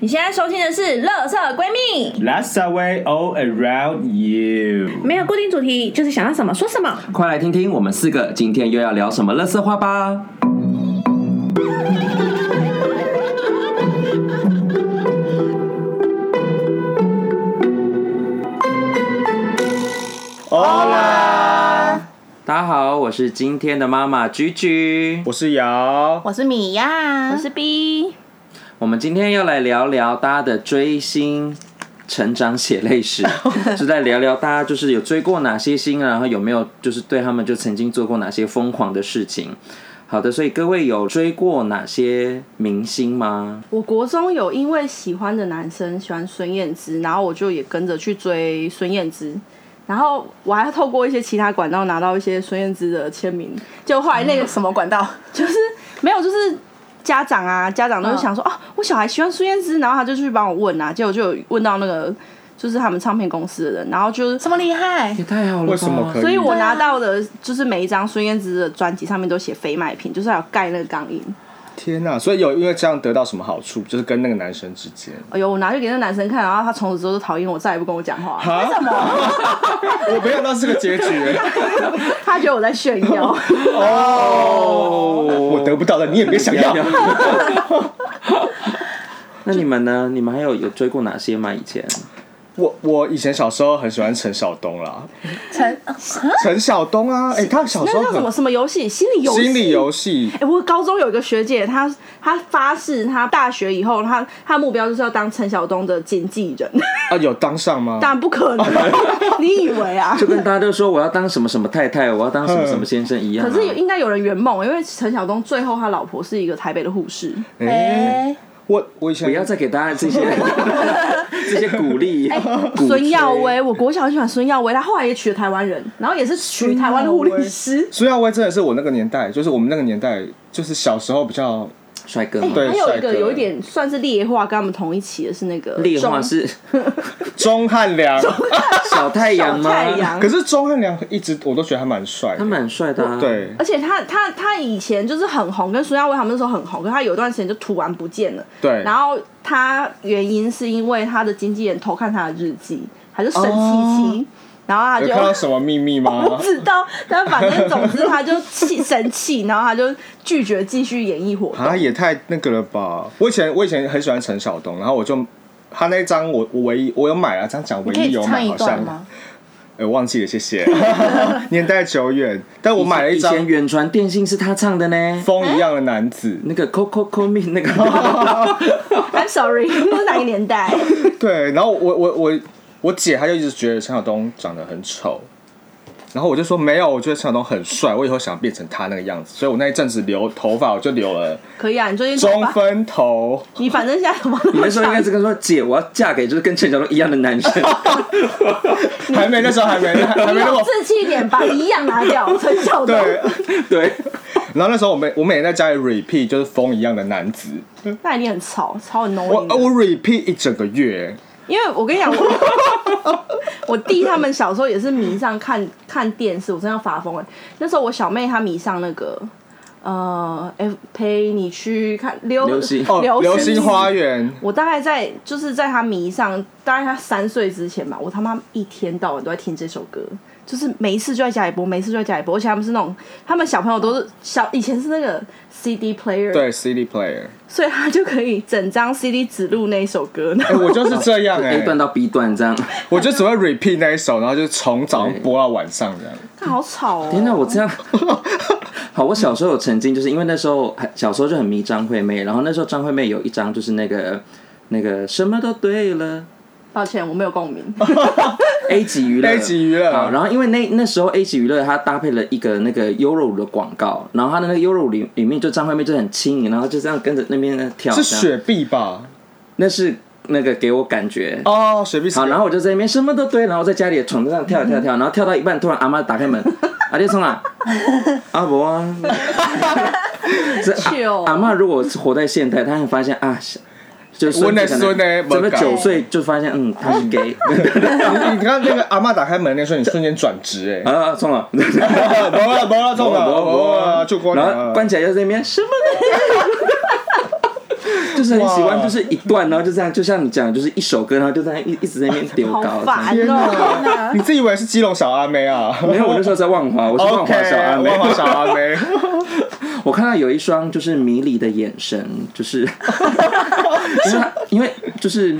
你现在收听的是《乐色闺蜜》， Let's away all around you。没有固定主题，就是想要什么说什么。快来听听我们四个今天又要聊什么乐色话吧！大家好，我是今天的妈妈居居。我是瑶，我是米娅，我是 B，我们今天要来聊聊大家的追星成长血泪史， 就在聊聊大家就是有追过哪些星，然后有没有就是对他们就曾经做过哪些疯狂的事情。好的，所以各位有追过哪些明星吗？我国中有因为喜欢的男生喜欢孙燕姿，然后我就也跟着去追孙燕姿，然后我还透过一些其他管道拿到一些孙燕姿的签名，就后来那个什么管道 就是没有，就是家长啊，家长都会想说、哦，我小孩喜欢孙燕姿，然后他就去帮我问啊，结果就有问到那个就是他们唱片公司的人，然后就是这么厉害，也太好了吧！为什么可所以我拿到的就是每一张孙燕姿的专辑上面都写非卖品，就是还有盖那个钢印。天哪、所以有因为这样得到什么好处？就是跟那个男生之 间，哎呦，我拿去给那男生看，然后他从此之后就讨厌我，再也不跟我讲话了。为什么？我没想到是个结 局他觉得我在炫耀。哦，我得不到的你也别想要。 那你们呢？你们还有有追过哪些吗？以前 我我以前小时候很喜欢陈晓东啦，陈 陈晓东啊，哎、他小啊那时候叫什么很什么游戏？心理游戏。心理游戏，哎、我高中有一个学姐，她她发誓，她大学以后，她她的目标就是要当陈晓东的经纪人，啊，有当上吗？当然不可能，你以为啊？就跟大家都说我要当什么什么太太，我要当什么什么先生一样、啊。可是有应该有人圆梦，因为陈晓东最后他老婆是一个台北的护士，哎、哎，我我以前不要再给大家这 些 这些鼓励。鼓吹哎孙耀威，我国小很喜欢孙耀威，他后来也娶了台湾人，然后也是娶台湾的护理师，苏耀威真的是我那个年代，就是我们那个年代，就是小时候比较帅哥吗？对还有一帅个哥有一点算是劣化，跟他们同一期的是那个烈化钟是钟汉良， 小 太阳吗？太阳可，是钟汉良一直我都觉得他蛮帅的，他蛮帅的、啊。，对，而且他他他以前就是很红，跟孙耀威他们那时候很红，可他有一段时间就突然不见了。对然后他原因是因为他的经纪人偷看他的日记，还是沈七七，然后他哦有就看到什么秘密不 吗？知道，但反正总之他就气生气，然后他就拒绝继续演艺活动。啊，也太那个了吧！我以前我以前很喜欢陈晓东，然后我就他那一张我我唯一我有买啊，这样讲唯你可一以有唱买一好段像，吗？哎、忘记了，谢谢， 年代久远，但我买了一以张前远传电信是他唱的呢，风一样的男子，那个 Coco Call Me 那个 I'm sorry，我是哪个年代？对，然后我我我我姐她就一直觉得陈晓东长得很丑，然后我就说没有，我觉得陈晓东很帅，我以后想变成他那个样子，所以我那一阵子留头发我就留了可以啊，你最近头中发，分头，你反正现在头发那你么那时候应该长，是跟说姐，我要嫁给就是跟陈晓东一样的男 生。还没那时候还没那还 没你那有么志气一点，把一样拿掉，陈晓东。对，对，然后那时候我每我每天在家里 repeat 就是风一样的男子，那一定很吵，吵很 n 我哦 o 我 repeat 一整个月，因为我跟你讲，我 我弟他们小时候也是迷上看看电视，我真的要发疯了。那时候我小妹她迷上那个呃，哎、陪你去看流流星哦，流流星星花园，我大概在就是在他迷上，大概他三岁之前吧，我他妈一天到晚都在听这首歌，就是每一次就在家里播，每一次就在家里播，而且他们是那种他们小朋友都是小以前是那个 CD player，对 CD player，所以他就可以整张 CD 只录那一首歌。哎、我就是这样 哎、哦 A 段到 B 段这样。我就只会 repeat 那一首，然后就从早上播到晚上这样。看好吵哦！天哪，我这样。好，我小时候有曾经就是因为那时候还小时候就很迷张惠妹，然后那时候张惠妹有一张就是那个那个什么都对了。抱歉，我没有共鸣。哦 A 级娱乐 A 级娱乐好，然后因为那那时候 A 级娱乐它搭配了一个那个优柔乳的广告，然后它的那个优柔乳里里面就张惠妹就很轻盈，然后就这样跟着那边在跳，是这样雪碧吧？那是那个给我感觉。哦，雪嗯碧是。好，然后我就在那边什么都对，然后在家里的床上跳跳跳，然后跳到一半，突然阿妈打开门，阿爹从哪？ 阿伯啊，这啊哦阿阿妈如果是活在现代，她会发现啊，是就我的孙呢怎么没搞九岁就发现嗯，他是 gay，你你看那个阿妈打开门那时候，你瞬间转职哎，啊，从哪？不了不了，哦中了不了，就光然后了。 关起来就在那边什么就是很喜欢，哇就是一段，然后就这样，就像你讲，就是一首歌，然后就在一一直在那边丢好高。烦这样哦、你自以为是基隆小阿妹啊？没有，我那时候在万华，我是万 OK，华小阿 妹。万华小阿妹，我看到有一双就是迷离的眼神，就是 因为他因为就是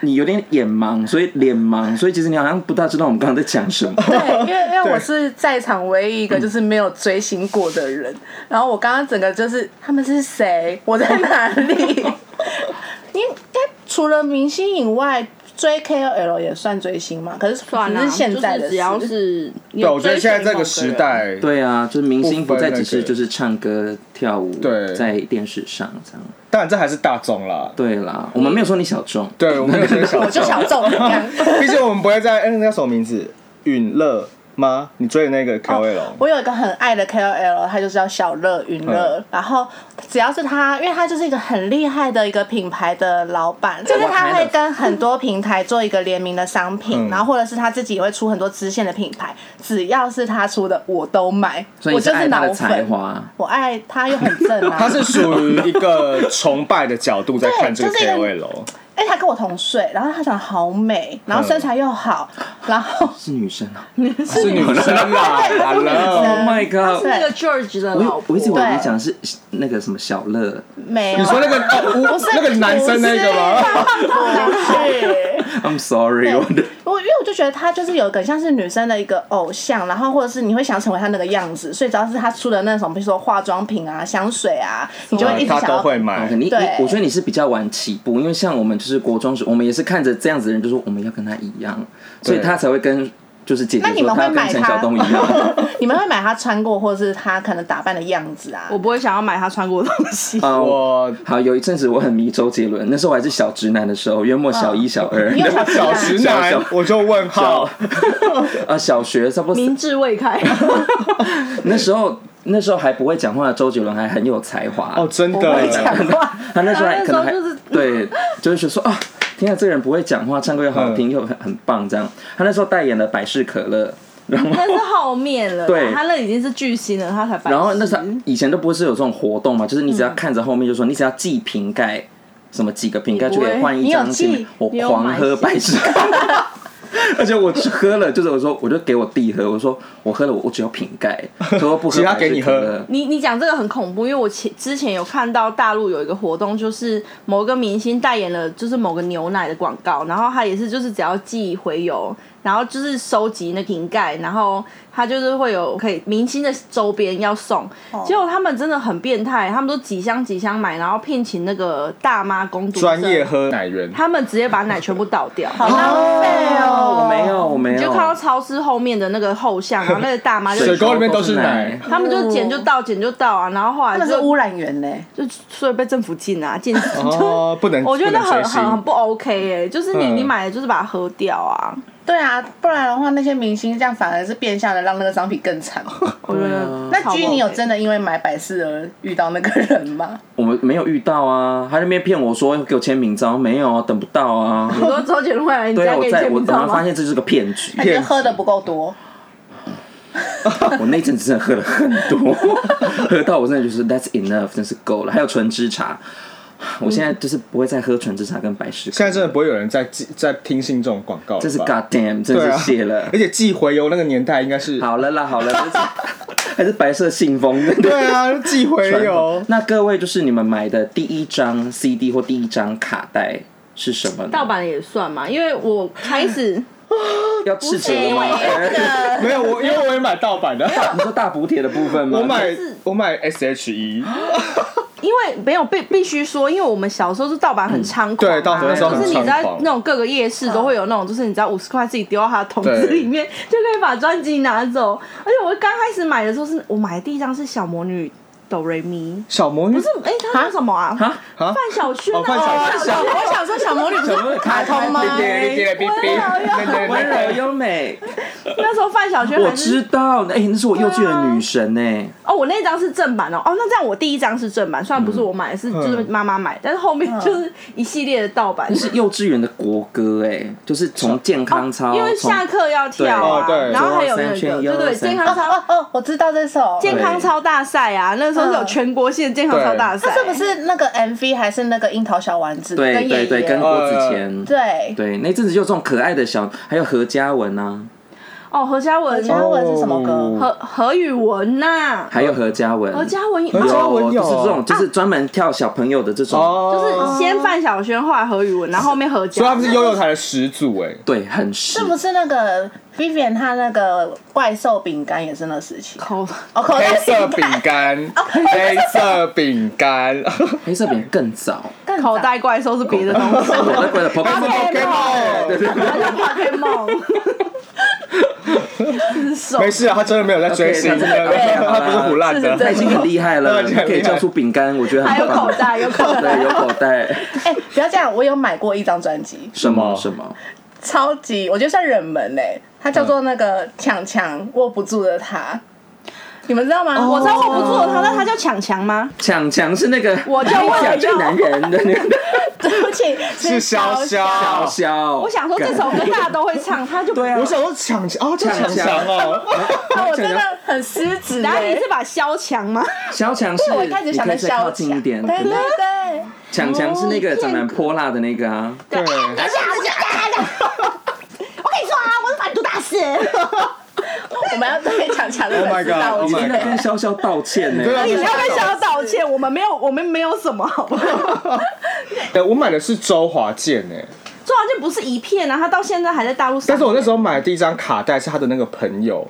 你有点眼盲，所以脸盲，所以其实你好像不大知道我们刚刚在讲什 么。对，因为因为我是在场唯一一个就是没有追星过的人，然后我刚刚整个就是他们是谁，我在哪 里？应该除了明星以外，追 KOL 也算追星嘛？可是算只了，是现在就的是只要事是对，有我觉得追现在寻这个时代，对啊，就是明星不再只不分那是个就是唱歌跳舞，对在电视上这样。当然这还是大众啦。对啦，我们没有说你小众，对，我们有些小我就众，小 众这样。毕竟我们不会在哎，那叫什么名字？允乐吗？你追的那个 KOL，我有一个很爱的 KOL，他就叫小乐云乐，嗯然后只要是他，因为他就是一个很厉害的一个品牌的老板，就是他会跟很多平台做一个联名的商品，嗯 然后或者是他自己也会出很多支线的品牌，只要是他出的我都买，所以我你是就爱他脑的才粉，华。我爱他又很正 啊，他是属于一个崇拜的角度在看这个对就是一个 KOL，哎、他跟我同岁，然后他长得好美，然嗯后身材又好，然后是女生啊是女生啦，好了。 ！Oh my 对 god！那个 George 的老我婆，我一直以为你对讲的是那个什么小乐，没有，你说那个哦不是那个男生那个吗？？不是。 I'm sorry，对我 的我因为我就觉得他就是有一个像是女生的一个偶像，然后或者是你会想成为他那个样子，所以只要是他出的那种，比如说化妆品啊、香水啊，你就会一直他想都要。会买 OK，。你你对我觉得你是比较晚起步，因为像我们就是国中时，我们也是看着这样子的人，就说我们要跟他一样，所以他才会跟就是姐姐那你说们他要会跟买陈他？晓东一样。你们会买他穿过，或者是他可能打扮的样子啊？我不会想要买他穿过的东西。啊，我我好有一阵子我很迷周杰伦，那时候我还是小直男的时候，约莫小嗯一、小二 你，有 小小时直男小小，我就问号。 啊，小学差不多明智未 开，那时候那时候还不会讲话的周杰伦还很有才华 啊哦，真不会讲的，话，他那时候还可能还他那时候就是对，就是觉得说啊，天啊，这个人不会讲话，唱歌又好嗯听，又很很棒，这样。他那时候代言了百事可乐，然后那是后面了。对他那已经是巨星了，他才白痴。然后那时候以前都不是有这种活动嘛，就是你只嗯要看着后面就说，你只要记瓶盖，什么几个瓶盖就可以换一张你有新记的。我你有狂买喝新百事可乐， 而且我喝了，就是我说我就给我弟喝，我说我喝了我我只要瓶盖，他说不喝其他百给事你可喝乐你你讲这个很恐怖，因为我前之前有看到大陆有一个活动，就是某个明星代言了就是某个牛奶的广告，然后他也是就是只要寄回邮，然后就是收集那瓶盖，然后他就是会有可以明星的周边要送，结果他们真的很变态，他们都几箱几箱买，然后聘请那个大妈公主专业，喝奶源，他们直接把奶全部倒掉，好浪费哦！我没有，我 没有，你就看到超市后面的那个后巷，然后那个大妈就水沟里面都都是奶奶。他们就捡就倒，捡就倒嗯啊，然后后来他们就是污染源嘞、就所以被政府 禁啊，禁止。哦，不能，我觉得不能很追星很很不 OK 哎、就是你、嗯你买的就是把它喝掉啊，对啊，不然的话那些明星这样反而是变相的让那个商品 更惨。我觉啊得那超欸不 G 你有 OK 真的因为买百事而遇到那个人吗？我们没有遇到啊，他那边骗我说给我签名照，没有啊，等不到啊。很多周杰伦会 来你对家啊，我给你在签我名然照后发吗？哎现这就是个骗局 他，就喝的不够多， 我那阵子真的喝了很多， 喝到我真的就是 that's enough，真是够了。还有纯芝茶，我现在就是不会再喝纯芝茶跟百事可乐，现在真的不会有人在记在听信这种广告了吧，这是 god damn，真对是啊谢 了而。且寄回邮那个年代应该是，好了啦，好了，还是还是白色信封的。对啊，寄哎回 传邮统。那各位就是你们买的第一张 CD 或第一张卡带是什么呢？盗版也算嘛，因为我开 始要斥责我吗？没有我，因为我也买盗版的，你说大补贴的部分吗？我买我买 E SHE，因为没有必必须说，因为我们小时候是盗版很猖狂、嗯啊对盗版那时候很就是你在猖狂嗯那种各个夜市都会有那种，就是你只要五十块自己丢到他的桶子里面，就可以把专辑拿走。而且我刚开始买的时候是，我买的第一张是小魔女哆瑞咪，小魔女不是，哎、他叫什么啊？范啊，晓萱啊，哦范晓萱 我想说小魔女不是卡通吗对对对对对对对对对对对对温柔优美，那时候范晓萱我还知是道，哎、那是我幼稚园女神呢、哎哦，我那张是正版哦，哦，那这样我第一张是正版，虽然不是嗯我买，是就是妈妈买，但是后面就是一系列的盗版哦那，是幼稚园的国歌哎、就是从健康操，因为从下课要跳啊，对哦对然后还有那个左三圈对右对三圈健康操哦哦，我知道这首，健康操大赛啊，那个时候是嗯有全国性的健康操大赛，它啊是不是那个 MV 还是那个樱桃小丸子？对跟对爷对，爷跟郭子乾。对，对，那阵子就有这种可爱的小，还有何嘉文啊，哦，何嘉文小丸文是什么歌？哦何何宇文呐，还有何嘉文，何嘉文何嘉哦文有就是这种，就是专门跳小朋友的这种，哦，就是先范晓萱，后来何宇文，然后后面何嘉所以他文，们是悠悠台的始祖哎，对，很是是不是那个 Vivian 她那个怪兽饼干也是那时期？口哦，口黑袋色饼饼 干，哦黑色饼干黑色饼哎更早，干口袋怪兽是别的东 西，我在关的 p o 啊 k ，OK 吗？没事啊，他真的没有在追星， OK，他真的没有 他不是胡乱的是是 他已经很厉害了，对你可以叫出饼干，我觉得还很有棒口。袋，有口袋，对，有口袋，哎、不要这样，我有买过一张专辑，什么什什么，超级我觉得算冷门嘞、它叫嗯做那个强强握不住的他，你们知道吗？我哦知道握不住的他，但他叫强强吗？抢强是那个，我就为了哦抢这要男人的那个对不起，是潇潇潇。潇。 我想说这 首歌大家都会唱，他就对啊我想说抢强哦，这抢抢强哦，啊我强真强的很失职、然后你欸是。把萧强吗？小强是，我一开始想你可以的再小靠近一点。对对对，强强是那哦个长得很泼辣的那个啊，对， 我跟你说啊，我是反毒大师。我们要对强强的 Oh my 粉丝道 god，Oh 歉。 my 真的跟 god，潇潇道歉呢。对啊你不要跟小道歉，我们没有，我们没有什么， 好不好？哎，我买的是周华健哎，周华健不是一片啊，他到现在还在大陆上。但是我那时候买的第一张卡带是他的那个朋友，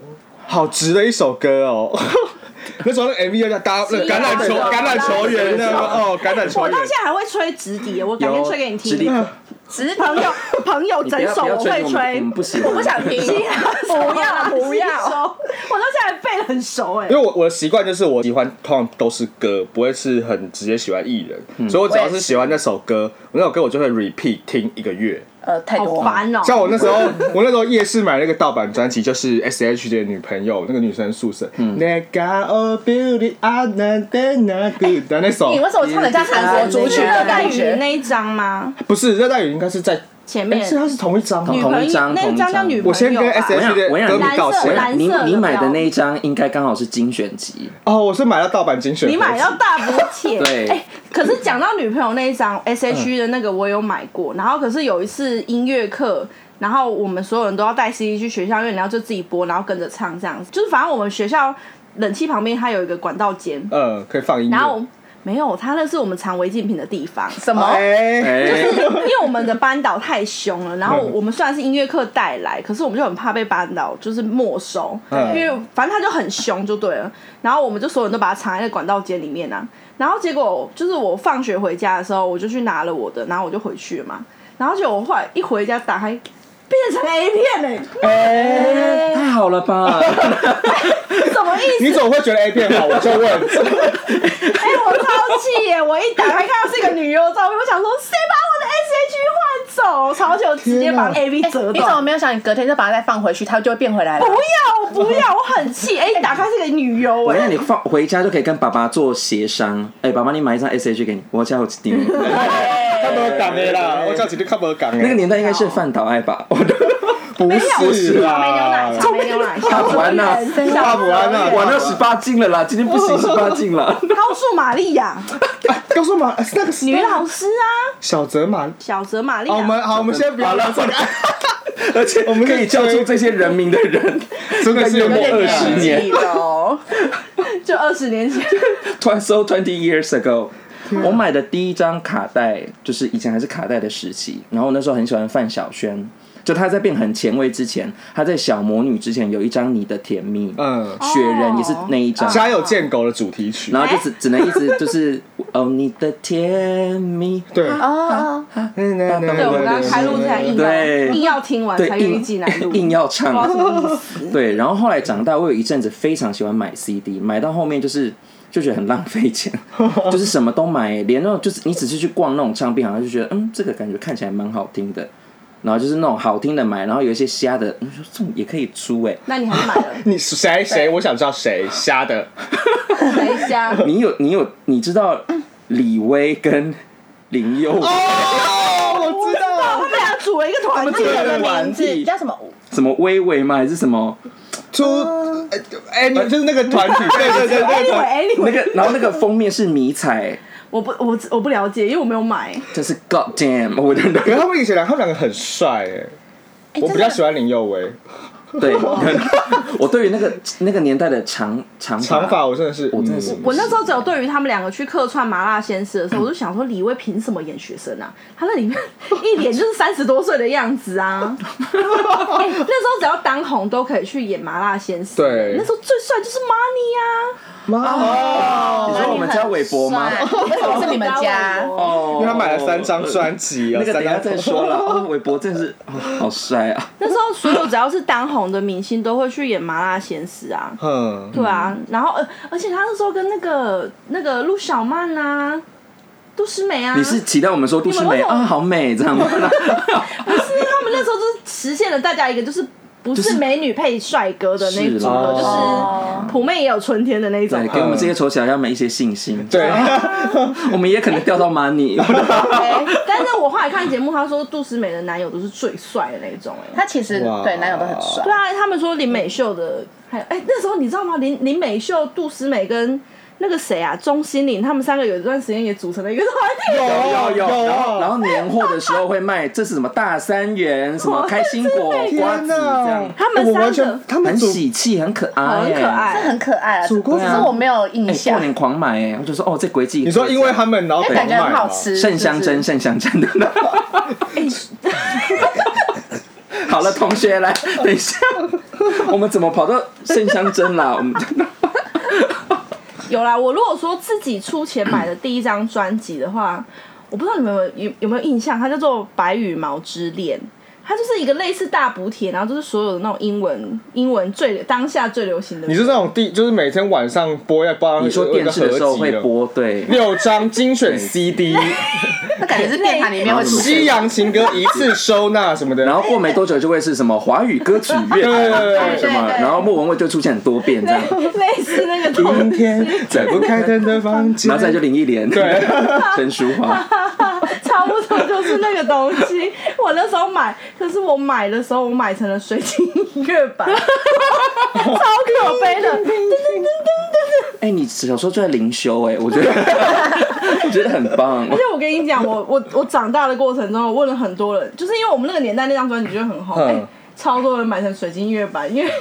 好值的一首歌哦。 那时候那个 MV 叫搭那个橄榄啊球橄榄球员那个哦橄榄球我到员，现在还会吹直笛，我改天吹给你直笛听。直朋友朋友你不整要首不要我会我们我吹们，不喜欢，我不想听，不要不我要。到现在还背的很熟哎因为。我我的习惯就是我喜欢通常都是歌，不会是很直接喜欢艺人，所以我只要是喜欢那首歌，我那首歌我就会 repeat 听一个月。呃，太好多了。烦哦！像我那时候，我那时候夜市买了一个盗版专辑，就是 S H 的女朋友那个女生宿舍，那个 a beauty ah, I n t 那个的那首哎你，为什么唱人家韩国不主是曲热的带感雨觉？那一张吗？不是热带雨应该是在，前哎面是它是同一张吗，女同朋一友张那一张叫女朋友吧。哦我先跟 S 我 H 想的我想歌迷道蓝色歉蓝。哎你色的你买标的那一张应该刚好是精选集，哦，我是买到盗版精选，你买到大补 贴，对哎、可是讲到女朋友那一张 S H 嗯 E 的那个，我有买过。然后可是有一次音乐课，然后我们所有人都要带 CD 去学校，因为你要就自己播，然后跟着唱这样子。就是反正我们学校冷气旁边它有一个管道间，呃，可以放音乐。然后我没有，它那是我们藏违禁品的地方。什么？哎，哎，因为我们的班导太凶了，然后我们虽然是音乐课带来，可是我们就很怕被班导就是没收，嗯因为反正他就很凶就对了。然后我们就所有人都把它藏在那个管道间里面啊。然后结果就是我放学回家的时候，我就去拿了我的，然后我就回去了嘛。然后结果我后来一回家打开，变成 A 片欸嘞、太好了 吧？什么意思？你怎么会觉得 A 片好？我就问，哎、我超气耶！我一打开看到是一个女优照片，我想说谁把我的 S H 换走？超球直接把 A V 哎折你断。怎么没有想你隔天就把它再放回去，它就会变回来了不？要不要，我很气！哎、打开这个女优我哎、让你放回家就可以跟爸爸做协商。哎，爸爸，你买一张 S H 给你，我家有丢。 看不到港的啦，我叫几句看不到港的。那个年代应该是范岛爱吧？我都不是啊草莓啦，牛奶，草莓牛奶，大小补安呐，大补安 呐，我那十八禁了啦，今天不行，十八禁了。高速玛利亚告诉我们是那个是女老师啊，小泽马。小泽玛利哦，我们亚，好，我们先不要聊这个，而且 我们可以叫出这些人名的人， 真的是有有点点二十年年纪了哦。就二十年前， Tw- so twenty years ago，我买的第一张卡带就是以前还是卡带的时期，然后我那时候很喜欢范晓萱，就她在变很前卫之前，她在小魔女之前有一张《你的甜蜜》，嗯，雪人也是那一张，家有贱狗的主题曲然，后就只只能一直就是哦你的甜蜜，对，哦，对我们刚刚开录才硬对要硬要听完对啊才，愿意硬进来录， 硬要唱，不知道什么意思。 对，然后后来长大，我有一阵子非常喜欢买 CD，买到后面就是就觉得很浪费 钱，就是什么都买，连那种就是你只是去逛那种唱片行，就觉得嗯，这个感觉看起来蛮好听的，然后就是那种好听的买，然后有一些瞎的，嗯，说这种也可以出哎、那你还是买了 你谁谁？我想知道谁瞎的。谁家？你有你有你知道李威跟林宥嘉哦，我知道，他们俩组了一个团组了一个体，团字体叫什么？什么薇薇吗？还是什么？出哎，你就是那个团体，对对对对对。那个然后那个封面是迷彩，我不我我不了解，因为我没有买。真是 God damn！我真的可是他们以前两，他们两个很帅哎，我比较喜欢林佑威，对， 我对于那个那个年代的长长长发我真的是，我真的是嗯我那时候只有对于他们两个去客串麻辣鲜师的时候，我就想说李威凭什么演学生啊？他那里面 一脸就是三十多岁的样子啊！ 哎那时候只要当红都可以去演麻辣鲜师，对那时候最帅就是 Money 啊，妈，你说我们家韦伯吗？为什么是你们家？哦因为他买了三张专辑，有那个三等一下张再说 了。哦韦伯真的是哦好帅啊！那时候所有只要是当红的明星都会去演麻辣鲜师啊。嗯，对啊，然后呃，而且他那时候跟那个那个陆小曼啊、杜诗梅啊，你是期待我们说杜诗你们为梅什么啊，好美这样 吗？不是他们那时候就是实现了大家一个就是不就是是美女配帅哥的那种是了，就是哦，普妹也有春天的那一种对，啊。给我们这些丑小鸭们一些信心。对，嗯我们也可能钓到 money。哎但是我后来看节目，他说杜诗梅的男友都是最帅的那一种、哎，他其实哇对男友都很帅对。啊，他们说林美秀的，还有哎、那时候你知道吗？林林美秀、杜诗梅跟那个谁啊，钟欣凌，他们三个有一段时间也组成了一个团 体。啊有有然 后然后年货的时候会卖，这是什么大三元，什么开心果、瓜 天子这哪样，，他们我完三个全他们很组喜气，很可爱，很可爱这很可爱啊，只祖是国对啊我没有印哎、过象，年狂买哎、我就说哦，这鬼季你说因为他们然后因为狂感觉卖很好吗？吃，圣香是不针，是哎圣香针的。 好了，同学来，等一下，我们怎么跑到圣香针啦？我们有啦，我如果说自己出钱买的第一张专辑的话，我不知道你们有没有有有没有印象，它叫做《白羽毛之恋》，它就是一个类似大补帖，然后就是所有的那种英文英文最当下最流行的。你是那种第就是每天晚上播要播，你说电视的时候会播，对，六张精选 CD，那感觉是电台里面会出西现。洋情歌一次收纳什么的，然后过没多久就会是什么华语歌曲乐对对坛对什么，对对然后莫文蔚就出现很多遍这样，类似那个今东西，天在不开灯的房间，然后再就林忆莲、对， 陈淑桦，差不多就是那个东西。我那时候买，可是我买的时候我买成了水晶音乐版，超可悲的。哎、你小时候就在灵修哎、我觉得 我觉得很 棒而，且我跟你讲，我我我长大的过程中，我问了很多人，就是因为我们那个年代那张专辑就很红，嗯哎、超多人买成水晶音乐版，因为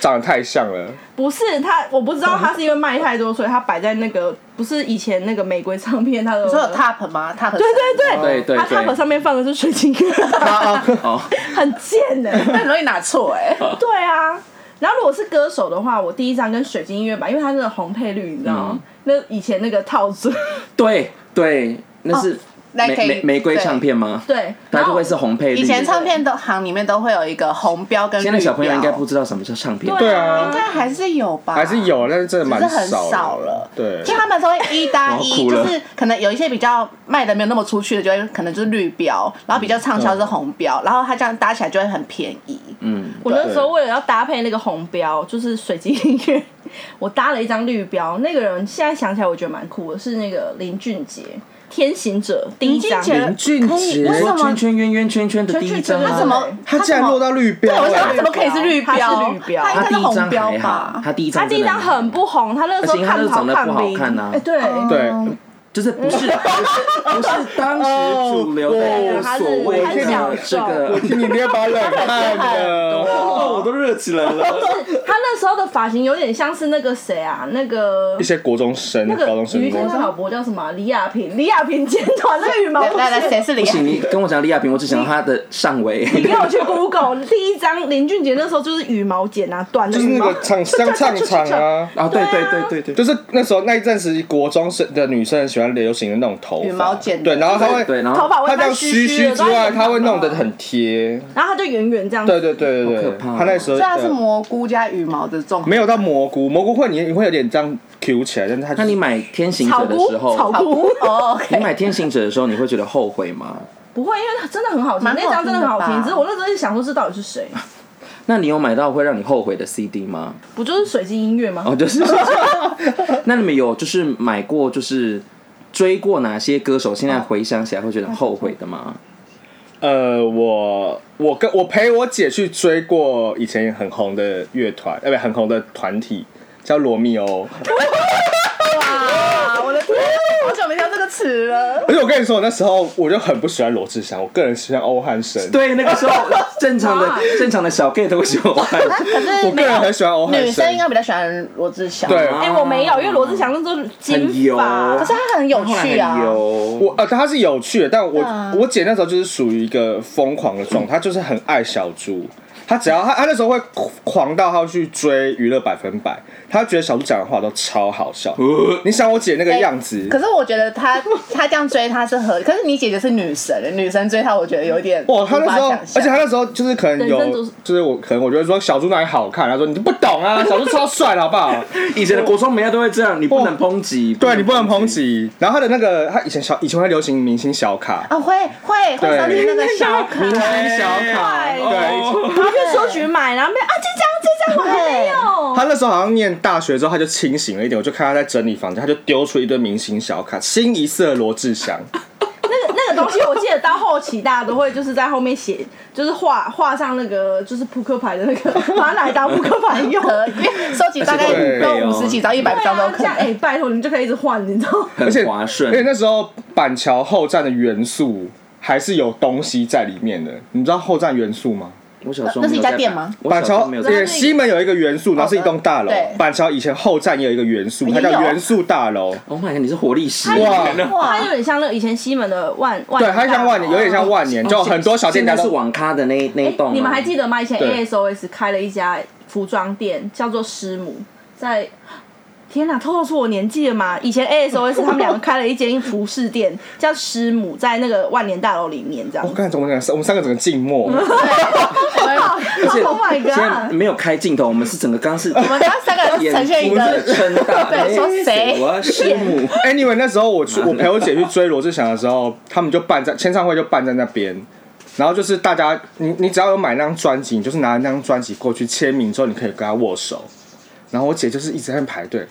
长得太像了，不是他，我不知道他是因为卖太多，所以他摆在那个不是以前那个玫瑰唱片，他的你说有 top 吗？top 对对对对对他 t 对 o 上面放的是水晶 音乐版，哦，很贱呢、那很容易拿错哎。对啊。然后如果是歌手的话，我第一张跟水晶音乐版，因为它那个红配绿，你知道嗯吗？那以前那个套子，对对，那是哦那玫可以玫玫瑰对唱片吗？ 对，它然就后会是红配绿。以前唱片都行里面都会有一个红标跟绿现标，在小朋友应该不知道什么叫唱片，对啊啊应，该还是有吧，还是有，但是真的蛮啊只是很少少的了对，因为他们都会一搭我一，哭了就是可能有一些比较卖的没有那么出去的，就会可能就是绿标，然后比较畅销是红嗯标，然后它这样搭起来就会很便宜。嗯，我那时候为了要搭配那个红标，就是水晶音乐，我搭了一张绿标。那个人现在想起来，我觉得蛮酷的，是那个林俊杰《天行者》第一张林俊。杰林俊杰啊可以为什说么圈圈圆圆圈圈的第一张圈圈啊，圈为什么对他竟然落到绿标对，我想了他，怎么可以是绿标？他是绿标他他应该第是一红张标还好吧，？他第一张他第一张真的很不红，他那个时候而且他那看时候跑长得看不好兵，看啊哎，对，对，嗯就是 不是不是不是当时主流的所谓哦我的这我个。听你捏把冷汗的，哦，我都热起来了。他那时候的发型有点像是那个谁啊，那个一些国中生、那高个中生于，天好博叫什么啊李亚平， 李亚平剪啊短 那个羽毛来不来来，是。谁是不李？行，你跟我讲李亚平，我只想到他的上围。 你给我去 Google 第一张林俊杰那时候就是羽毛剪啊，短的就是羽那毛个唱像唱场啊。啊，对对对对对，就是那时候那一阵时，国中生的女生喜欢流行的那种头发，羽毛剪的对，然后她会，对，然后头发她会这样慢虚虚虚的之外，她会弄得，很贴，啊然后它就圆圆这样子。对对对对对好可，怕哦她那时候所以它是对蘑菇加羽毛的综合没。有到蘑菇，蘑菇会你你会有点这样 Q 起来，但是它就那你买《天行者》的时草候，菇，草菇，哦你，OK，买《天行者》的时候，你会觉得后悔吗？不会，因为真的很好听，蛮好那张真的很好听的听。吧只是我那时候就想说，这到底是谁？那你有买到会让你后悔的 CD 吗？不就是水晶音乐吗？哦，就是。 那你们有就是买过就是追过哪些歌手？现在回想起来会觉得很后悔的吗？呃，我我跟我陪我姐去追过以前很红的乐团，呃，不，很红的团体叫罗密欧。哇，我的天，好久没听到这个词了。而且我跟你说，我那时候我就很不喜欢罗志祥，我个人喜欢欧汉声。，对，那个时候正常的哇正常的小 gay 都喜 欢。可是我个人很喜欢欧汉女生声。应该比较喜欢罗志祥，对哎、我没有，因为罗志祥那时候很金油发可，是他很有趣啊很。油，我呃，他是有趣的，但我、啊我姐那时候就是属于一个疯狂的状态，她就是很爱小猪。她只要她她那时候会狂到她去追娱乐百分百，她觉得小猪讲的话都超好笑。你想我姐那个嗯哎样子，可是我觉得他 他这样追他是合理，可是你姐姐是女神，女神追他，我觉得有点哇，他无那法时候，想而且象他那时候就是可能有人生就是，就是我可能我就会说小猪哪里好看，他说你都不懂 啊，小猪超帅的好不好？呃以前的国中美亚都会这样，你不能抨击，对你不能抨。击。然后他的那个，他以前小以前会流行明星小卡，啊，会会会对收集那个小卡，明星小卡，对哦然后去书局买，然后被啊这张这张我还没哦有，他那时候好像念大学之后他就清醒了一点，我就看他在整理房间，他就丢出一堆明星小卡，清一色罗志祥。那个那个东西我记得到后期大家都会就是在后面写，就是画画上那个就是扑克牌的那 个，把它拿来当扑克牌 用。可因为收集大概对都五十几张、一百对张都啊，可这样哎、能。拜托你就可以一直换，你知道吗？而且很划而且顺。那时候板桥后站的元素还是有东西在里面的，你知道后站元素吗？我小时候那是一没家有在店吗我板小时候桥没有在也西门有一个元素，然后是一栋大楼哦对。板桥以前后站也有一个元素，它也叫有元素大楼。 Oh my god！你是 活历史哇它有点像那个以前西门的万万对，它像万年，有点哦像万年，就很多小店家现在是都。网咖的那那一栋啊、哎你们还记得吗？以前对 ASOS 开了一家服装店，叫做师母，在。天哪，透露出我年纪了嘛？以前 ASOS 他们两个开了一间服饰店，叫师母，在那个万年大楼里面，这样我。看怎么讲，我们三个整个静默。 而且 Oh my 现在 god！没有开镜头，我们是整个刚是我们刚刚三个人演呈现一出的个，撑大。对说谁哎我要师母。 Anyway，那时候我 去，我陪我姐去追罗志祥的时候，他们就办在签唱会就办在那边，然后就是大家，你你只要有买那张专辑，你就是拿那张专辑过去签名之后，你可以跟他握手。然后我姐就是一直在排队，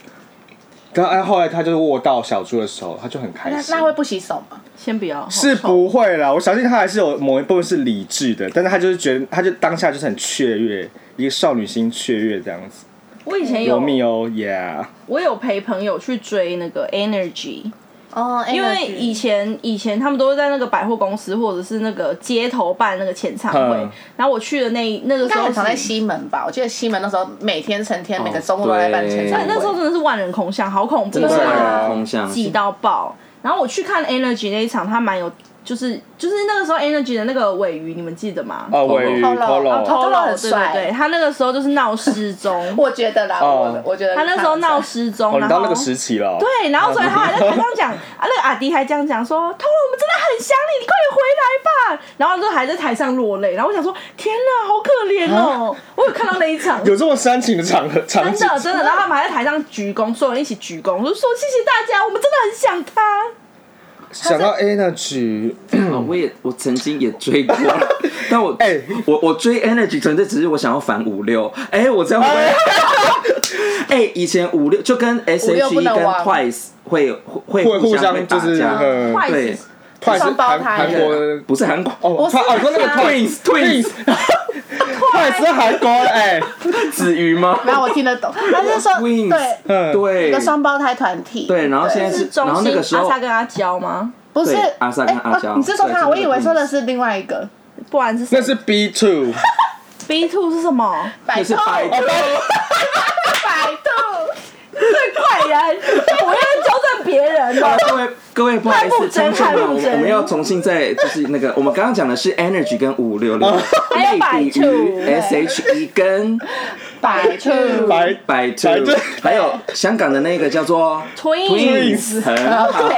但哎后来她就是握到小猪的手，她就很开那心那。会不洗手吗？先不要，是不会啦，我相信她还是有某一部分是理智的，但是她就是觉得，她就当下就是很雀跃，一个少女心雀跃这样子。我以前有罗，密欧，Yeah。oh, 我有陪朋友去追那个 Energy，哦，因为以前以前他们都是在那个百货公司或者是那个街头办那个前唱会嗯，然后我去的那那个应时该候很常是在西门吧？我记得西门那时候每天成天，每个周末都在办签唱那会。那时候真的是万人空巷，好恐怖真的是对万啊人空巷，挤到爆。然后我去看 Energy 那一场，他蛮有，就是就是那个时候 Energy 的那个尾鱼，你们记得吗？哦，尾鱼 Polo， Polo，哦偷 Polo 漏很帅对对对，他那个时候就是闹失踪 ，我觉得啦，哦我我觉得他那时候闹事，失踪，哦，你然到那后个时期了哦。对，然后所以他还在台上讲啊，那个阿迪还这样讲说，偷漏我们真的很想你，你快点回来吧。然后就还在台上落泪，然后我想说，天哪，好可怜哦， 我有看到那一场。有这么煽情的场合场真景，的真的，然后他们还在台上鞠躬，所有人一起鞠躬，就说谢谢大家，我们真的很想他。想到哎 energy，啊我也我曾经也追过，但我哎我我追 Energy 纯粹只是我想要反五六，哎，我这样会不会？哎，以前五六就跟 S H 五六 E 不跟能忘 Twice 会会会互相会相就打是架，呃，坏对死快是双胞韩胎韩国的不是韩国哦，不是他哦，说那个他 Twins Twins 快是韩国的哎，子瑜吗？然后我听得懂，他是说 Twins 对嗯，一对个双胞胎团体，对，然后现在是是，中然后那心个时候阿莎跟阿娇吗？不是对阿萨跟哎阿娇哦你是说对他？是那个我以为说的是另外一个不然是谁那是 B two， B two 是什么？百是度，白百哦 度，怪人，我要纠正别人 哦。啊各位各位，不好意太思，不真听众太们，不我们真我们要重新再就是那个，我 们刚刚讲的是 energy 跟五六六，还有哎百比兔于 S H E 跟百度，白百兔百兔，还有香港的那个叫做 Twins 啊很好。对，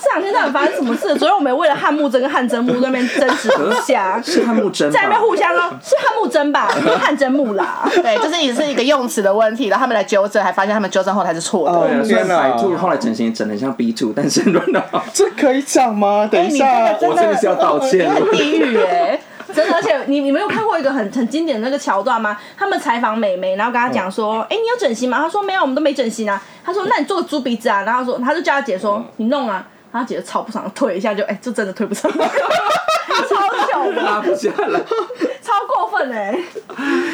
这两天到底发生什么事？昨天我们为了汉木真跟汉真木在那边争执不下，是汉木真吧 在那边互相 哦，是汉木真吧？不是汉真木 啦。对，就是也是一个用词的问题，然后他们来纠正，还发现他们纠正后台是错的。哦对啊，虽然天哪百兔后来整形整的像 B two，但是软 了。这可以讲吗？等一下，我真的是要道歉了 很。地狱哎、真的，而且你你没有看过一个很很经典的那个桥段吗？他们采访美眉，然后跟她讲说：“嗯哎、你有整形吗？”她说：“没有，我们都没整形啊。”她说：“那你做个猪鼻子啊？”然后她说，她就叫她姐嗯说：“你弄啊。”然后她姐就超不爽，推一下就哎、就真的推不上， 超糗的，拉不下来。超过分哎、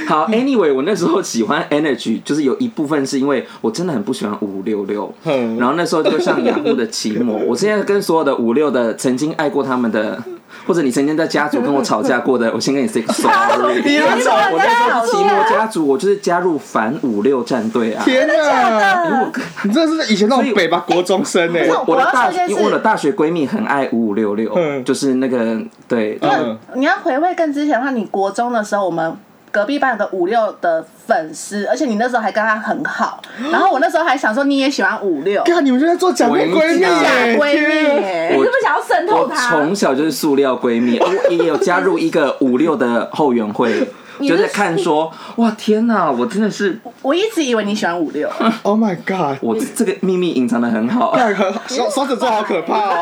好，Anyway，我那时候喜欢 Energy，就是有一部分是因为我真的很不喜欢五五六六，嗯然后那时候就会上雅虎的奇摩。我现在跟所有的五六的曾经爱过他们的，或者你曾经在家族跟我吵架过的，我先跟你 say sorry。 你们找我我那时在候奇摩家族，我就是加入反五六战队啊。天哪！你真的是以前那种北吧国中生哎、我我的要大说一件，事因为我的大学闺蜜很爱五五六六，嗯就是那个对，嗯你要回味更之前的话，你国中的时候，我们隔壁班有个五六的粉丝，而且你那时候还跟他 很好，然后我那时候还想说你也喜欢五六，看你们就在做假面闺蜜我假哎、闺蜜天耶、你我是不是想要渗透我她？从小就是塑料闺蜜，我也有加入一个五六的后援会，就在看说，哇天哪，我真的是我一直以为你喜欢五 六， ！Oh my god！我这个秘密隐藏的很好，干很双双子座好可怕哦！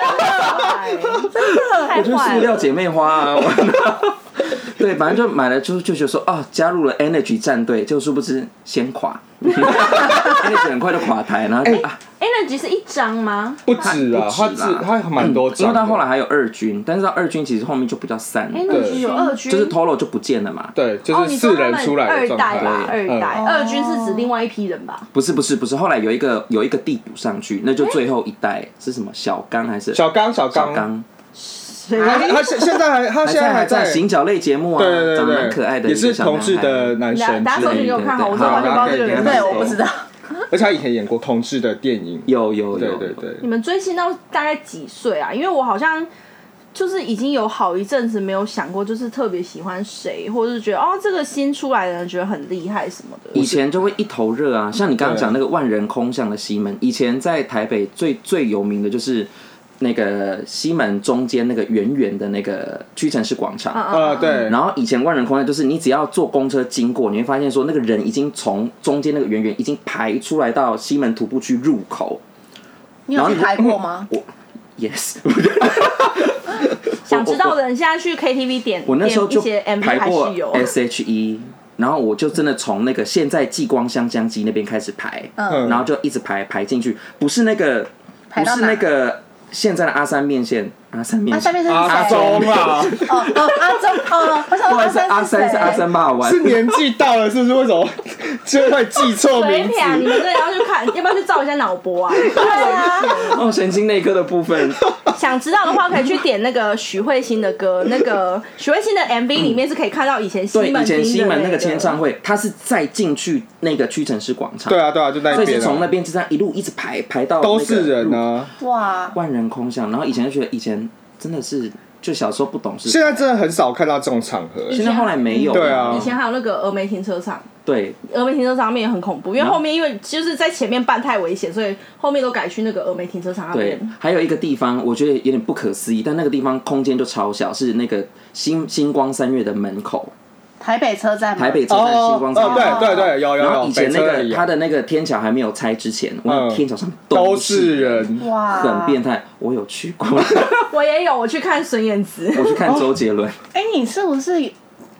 太就是坏塑了。料姐妹花啊。我对，反正就买了之后就觉得说，哦，加入了 Energy 战队，就殊不知先垮 ，Energy 很快就垮台，然后就、啊， Energy 是一张吗 不止哎啊，它他不自止啦嗯他蛮多因为张的，到后来还有二军，但是到二军其实后面就比较散， ？Energy 有二军，就是 Tolo 就不见了嘛。对，就哦，是你说四他人们出来的二状代态，吧，二代，嗯哦二军是指另外一批人吧？不是不是不是，后来有一个有一个地补上去，那就最后一代是什么小刚还是小刚小小刚，刚，他他现现在还他还现在还在在行脚类节目啊，对对长得蛮对可爱对，的，也是同志的，男生啊大家之搜寻类给的，我看好，我对对好真的完全不知道这个人。对，我不知道，而且他以前演过同志的电影，有有对有，对对，你们追星到大概几岁啊？因为我好像就是已经有好一阵子没有想过，就是特别喜欢谁，或者是觉得哦这个新出来的人觉得很厉害什么以的。前就会一头热啊，像你刚刚讲那个万人空巷的西门，以前在台北最最有名的就是那个西门中间那个圆圆的那个屈臣氏广场，啊嗯呃对，然后以前万人空巷就是你只要坐公车经过，你会发现说那个人已经从中间那个圆圆已经排出来到西门徒步区入口。你有去拍过吗？ Yes，想知道的人现在去 KTV 点我那时候点一就些 MV 排还过是有。 SHE，然后我就真的从那个现在继光香香鸡那边开始排，嗯然后就一直排排进去，不是那个排不到是哪那个现在的阿三面线，阿三面那下线，面是阿谁？忠啊，哦哦，阿忠哦，我想不说好意思，阿阿三三是阿谁？三骂完是。年纪到了是不是？为什么就会记错随名便啊，你字？们真的要去看，要不要去照一下脑 波啊？ 哦，神经内科的部分，想知道的话，可以去点那个许慧欣的歌，那个 许慧欣的 MV 里面是可以看到以前西对，门以前町西的门那个个签唱会，它是再进去那个屈臣氏广场，对啊对啊，就那所一以是边从那啊，边就这样一路一直排排到都那个是人入啊。哇，万人空巷。然后以前就觉得以前真的是，就小时候不懂事，现在真的很少看到这种场合，现在后来没有了，对啊以前还有那个峨眉停车场，对，峨眉停车场上面也很恐怖，因为然后后面因为就是在前面办太危险，所以后面都改去那个峨眉停车场那对边。，还有一个地方我觉得有点不可思议，但那个地方空间就超小，是那个星星光三月的门口，台北车站吗，台北车站星哦光三哦，月。对对对，有有然有，后以前那北车个也有他的那个天桥还没有拆之前，我那嗯天桥上都是是，人，哇，很变态。我有去过， 我也有，我去看孙燕姿，我去看周 杰伦，哎、你是不是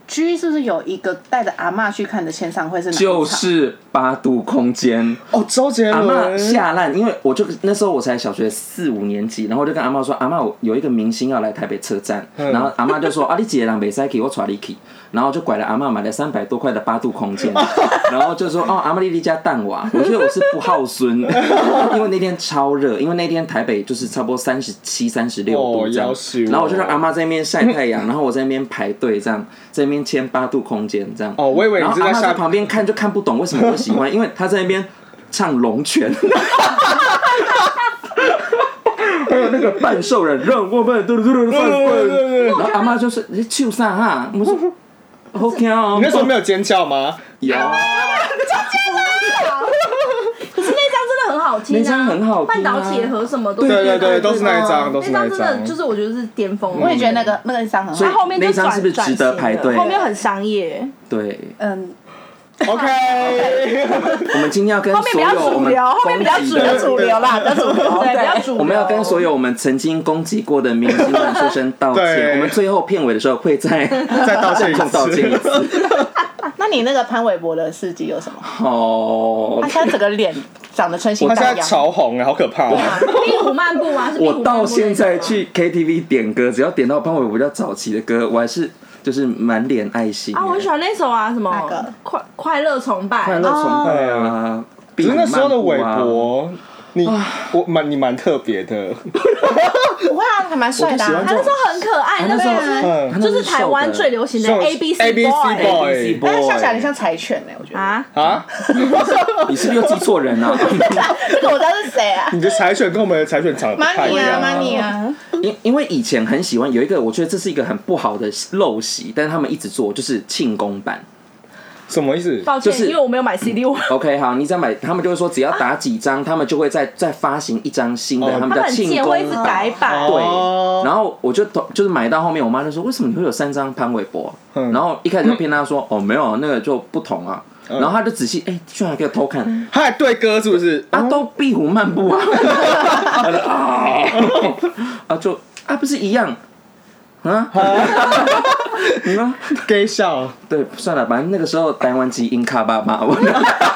居是不是有一个带着阿嬷去看的签唱会是哪一场？就是八度空间。哦，周杰阿妈伦吓烂，因为我就那时候我才小学四五年级，然后我就跟阿妈说，阿妈我有一个明星要来台北车站，嗯然后阿妈就说啊你姐人北塞给我传你去， 然后就拐了阿妈买了三百多块的八度空间，然后就说哦阿妈丽丽家蛋娃，我觉得我是不 好孙，因为那天超热，因为那天台北就是差不多三十七、三十六度哦这样要死，我然后我就让阿妈在那边晒太阳，然后我在那边排队这样，在那边签八度空间这样。哦我以为你然后是阿在妈下在旁边看就看不懂为什么会喜 欢，因为她在那边唱龙泉。还有那个半兽人，让我们嘟嘟嘟嘟放对 对滚。对然后阿妈就是你去上哈，我说 OK 哦。 你那时候没有尖叫吗？有，可是那张真的很好听啊，那张很好听啊半岛铁盒什么都对对对，对都是那一张，都是那那张一真的张，就是我觉得是巅峰，我也觉得那个那个一张很所以好。它后面嗯就那张转是不是值得排队 转型了后面很商业，对，嗯， OK，我们今天要跟后面所比较有我主们流，后面比较攻击主的流，主流啦，比较主流，对，比较主流。我们要跟所有我们曾经攻击过的明星们说声道歉。对我们最后片尾的时候会 再再道歉一郑重次，道歉一次。那你那个潘玮柏的事迹有什么？哦他，现在整个脸长得春心他荡现在漾，潮红啊，好可怕、啊！第五漫步啊，是我到现在去 KTV 点歌，只要点到潘玮柏比较早期的歌，我还是就是满脸爱心啊，我很喜欢那首啊，什么哪个快快乐崇拜，快乐崇拜啊。只是那时候的比韦你漫步啊，伯，你我蛮你蛮特别的，不会啊，还蛮帅的我就喜啊。欢他他那时候很可爱，他哎那时候时嗯候啊就是台湾最流行的 A B C ABC boy 哎 boy 但是笑起来很 boy 像柴犬欸呢，我觉得。啊，啊，你是不是又记错人啊？ 这个我知道是谁啊你的柴犬跟我们的 柴犬长得不太一？Money 啊样。 ，Money 啊，因因为以前很喜欢有一个，我觉得这是一个很不好的陋习，但是他们一直做，就是庆功版。什么意思？抱就歉，是因为我没有买 CD，我 OK，好，你只要买，他们就会说只要打几张，他们就会再再发行一张新的，哦他他们们叫很庆贱，功会一直改版。对哦，然后我就同就是买到后面，我妈就说为什么你会有三张潘玮柏？嗯然后一开始就骗她说哦没有，那个就不同啊。嗯然后她就仔细哎，居然还给我偷看，他还对歌是不是？啊都壁虎漫步啊， 啊啊就啊不是一样啊？ 你呢？ gay 笑，对，算了，反正那个时候台湾基因卡爸爸，我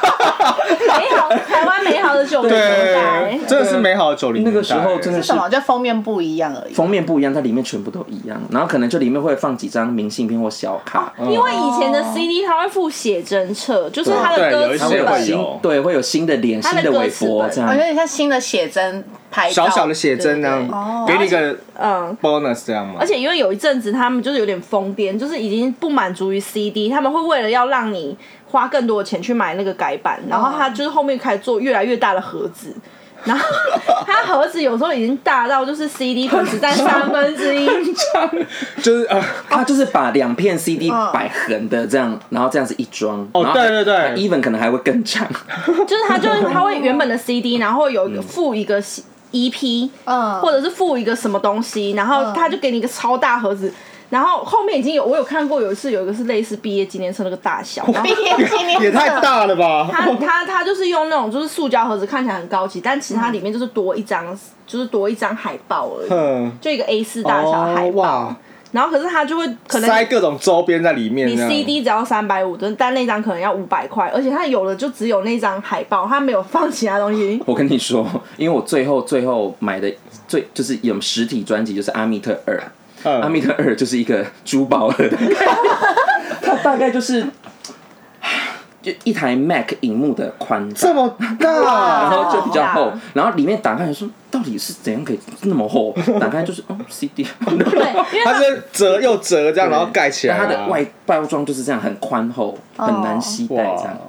美好台湾美好的九零年代对，，真的是美好的九零那个时候真的是是什么？就封面不一样而 已。封面不一样，它里面全部都一样，然后可能就里面会放几张明信片或小卡，因为以前的 CD 它会附写真册，就是它对的有歌一词它会些有会本。新有对会有新的脸、它新的的歌韦词伯本哦这我样哦有。点像新的写真拍照小小的写真那对对对样，给你个嗯， bonus 这样吗？而且因为有一阵子他们就是有点疯癫，就是已经不满足于 CD，他们会为了要让你花更多的钱去买那个改版，然后他就是后面开始做越来越大的盒子。然后它盒子有时候已经大到就是 CD 可能只占三分之一，就是呃，哦他就是把两片 CD 摆横的这样，然后这样子一装。哦然后它对对对它，even 可能还会更长。 就是它就是它会原本的 CD，然后有一个附一个 EP，嗯或者是附一个什么东西，然嗯后他就给你一个超大盒子，然后后面已经有我有看过有一次有一个是类似毕业纪念册那个大小，然后毕业纪念册也太大了吧？他他他就是用那种就是塑胶盒子，看起来很高级，但其实它里面就是多一张，就是多一张海报而已，嗯，就一个 A 四大小的海哦报。哇，然后可是它就会可塞能各种周边在里面你这样， CD 只要三百五，但那张可能要五百块，而且它有的就只有那张海报，它没有放其他东西。我跟你说，因为我最后最后买的最就是有实体专辑，就是《阿密特二》。嗯阿密特二就是一个珠宝盒 的概念，它大概就是就一台 Mac 荧幕的宽吧，这么啊然大，后就比较厚哇，然后里面打开来说，到底是怎样可以那么厚？打开就是哦 CD，对，因为它它是折又折这样，然后盖起来啊，但它的外包装就是这样很宽厚，很难携带这样哇。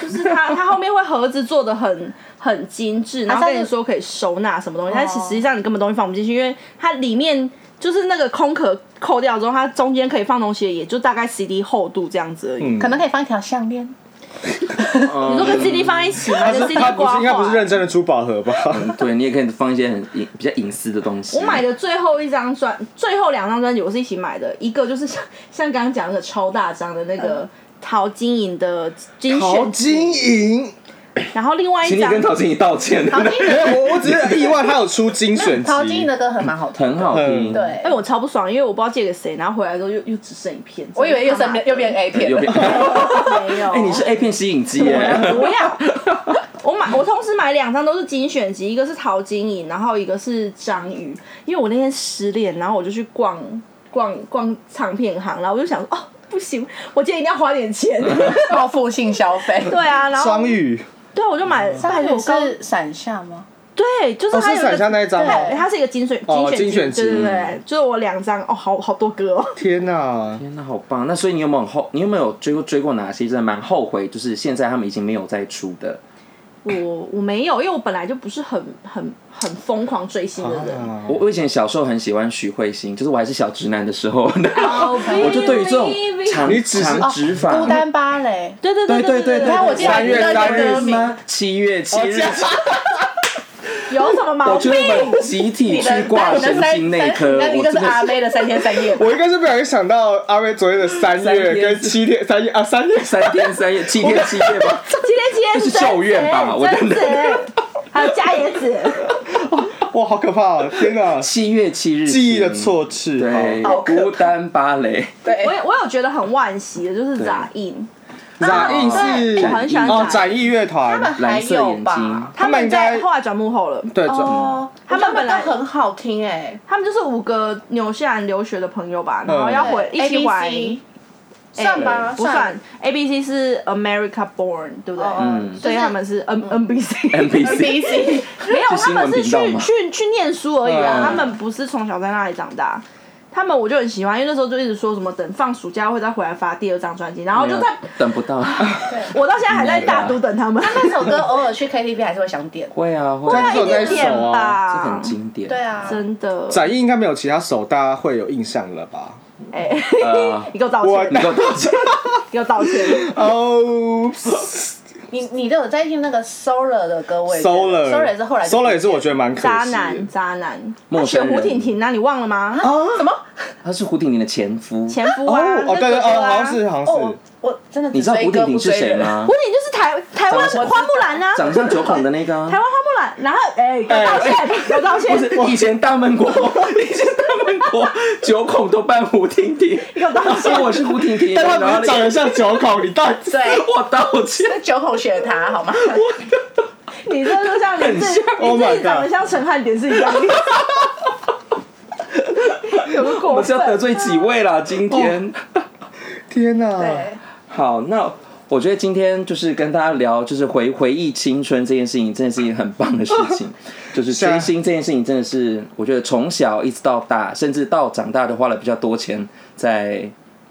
就是它它后面会盒子做的很很精啊致，然后跟你说可以收纳什么东西，但其哦实际上你根本东西放不进去，因为它里面就是那个空壳扣掉之后，它中间可以放东西的也就大概 CD 厚度这样子而已。嗯可能可以放一条项链。你说跟 CD 放一起吗？它跟是 CD 它不挂是应该不是画。认真的珠宝盒吧？对你也可以放一些很隐比较隐私的东西。我买的最后一张专，最后两张专辑我是一起买的，一个就是 像像刚刚讲那个超大张的那嗯个陶晶莹的精好选，晶莹，然后另外请一你张跟陶晶莹道歉，陶晶莹，我我只是意外它有出精选集，陶晶莹的歌很蛮好听。很好听。嗯对，，哎、我超不爽，因为我不知道借给谁，然后回来之后又又只剩一片。我以为又变又变 A 片有了。变。没有。哎，你是 A 片吸引机耶。不要。 我买，我同时买两张都是精选集，一个是陶晶莹，然后一个是张宇。因为我那天失恋，然后我就去逛逛逛唱片行，然后我就想说，哦，不行，我今天一定要花点钱。报复性消 费。对啊，然后双语，对，我就买了。张但宇我刚是闪下吗？对，就是哦它是有一闪下个，那一张吗？对它是一个精选哦精选精选集集，对对对，就是我两张哦，好好多歌哦。 天哪，天哪，好棒！那所以你有没有很后？你有没有追过追过哪些真的蛮后悔？就是现在他们已经没有再出的。我我没有，因为我本来就不是很很很疯狂追星的人。啊我我以前小时候很喜欢许慧欣，就是我还是小直男的时候，哦我就对于这种长你只是长 直发，孤单芭蕾。对对对对对对对对，看我记得三月你的三日歌名吗？七月七哦日这，样有什么毛我觉病得？我们集体去挂神经内科，那我你真就是的阿妹的三天三夜吧。我应该是不小心想到阿威昨天的三月三天跟七天三夜啊三月三天三夜、七天七夜吧，今天今天是咒怨吧我真贞的子，还有伽椰子，哇好可怕、哦！天 哪，七月七日记忆的错置对，好可怕孤单芭蕾，对我，也我有觉得很惋惜的，就是杂印，展艺是对我很喜欢哦，展展艺乐他们团，蓝还色有眼睛吧？他们们应该在后来转幕后了。对，展哦，他们本来都很好听哎他们就是五个纽西兰留学的朋友吧，然后要回、对一起回，ABC，，算哎吧，不算 A B C 是 America Born，对不对？嗯所以他们是 N N B C， NPC ，ABC， 没是有，他新们闻是频道去吗去去念书而已嗯啊，他们不是从小在那里长大。他们我就很喜欢，因为那时候就一直说什么等放暑假会再回来发第二张专辑，然后就在等不到，我到现在还在大都等他们。 那首歌偶尔去 KTV 还是会想点。会啊会啊，只有那 一首点啊。这吧很，经典，对，啊，真的。展艺应该没有其他首大家会有印象了吧？哎， 呃你给我道我歉，你你给我道歉，给我道歉。哦你你都有在听那个 Solar 的歌，我也觉，Solar，得 Solar 也是后来就 Solar 也是我觉得蛮可惜渣的，男，渣男，陌他选生人胡婷婷啊，你忘了吗？什么？他是胡婷婷的前夫，前夫哦啊，哦对对跟哥哥哦，啊好像是好像哦是，我真的你只知道追胡歌婷婷不是追谁人。 吗胡？婷就是台台长湾得像花木兰啊，长相九孔的那个啊台，湾花木兰，然后哎，给我道歉，给我道不歉，是以前大闷国， 以前大闷国九孔都扮胡婷婷，给我道歉说。我是胡婷婷，但他然后不是长得像九孔，你到底对，我道歉。那九孔选他好吗？你这就像你自己， Oh 你 my 自 God 己长得像陈汉典是一样的。有个我过们是要得分，罪几位啦？今天、天哪！对，哦好，那我觉得今天就是跟大家聊，就是回回忆青春这件事情，真的是一件很棒的事 情。就是啊追星这件事情，真的是我觉得从小一直到大，甚至到长大都花了比较多钱在，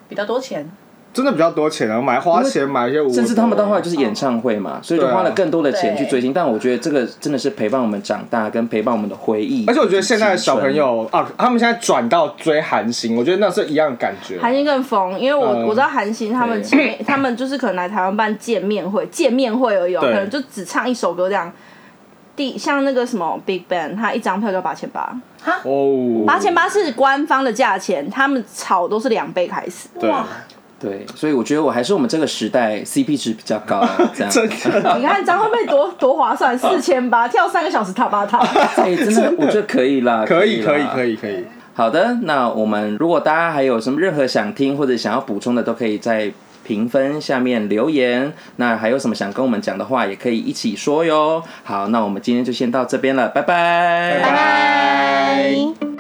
比较多钱。真的比较多钱啊，买花钱买一些无的，甚至他们到后来就是演唱会嘛，所以就对啊花了更多的钱去对追星。但我觉得这个真的是陪伴我们长大，跟陪伴我们的回忆。而且我觉得现在的小朋青春友啊，他们现在转到追韩星，我觉得那是一样的感觉。韩星更疯，因为我、嗯我知道韩星他们前面 他们就是可能来台湾办见面会，见面会而已、哦，对可能就只唱一首歌这样。第像那个什么 Big Bang，他一张票就要八千八，哦，八千八是官方的价钱，他们炒都是两倍开始。对，哇对，所以我觉得我还是我们这个时代 CP 值比较 高，这样。真 的你看张惠妹多多划算，四千八跳三个小时踏八踏。哎、真的，我觉得可以 啦，可以，可以，啦可以，可以。好的，那我们如果大家还有什么任何想听或者想要补充的，都可以在评分下面留言。那还有什么想跟我们讲的话，也可以一起说哟。好，那我们今天就先到这边了，拜拜，拜拜。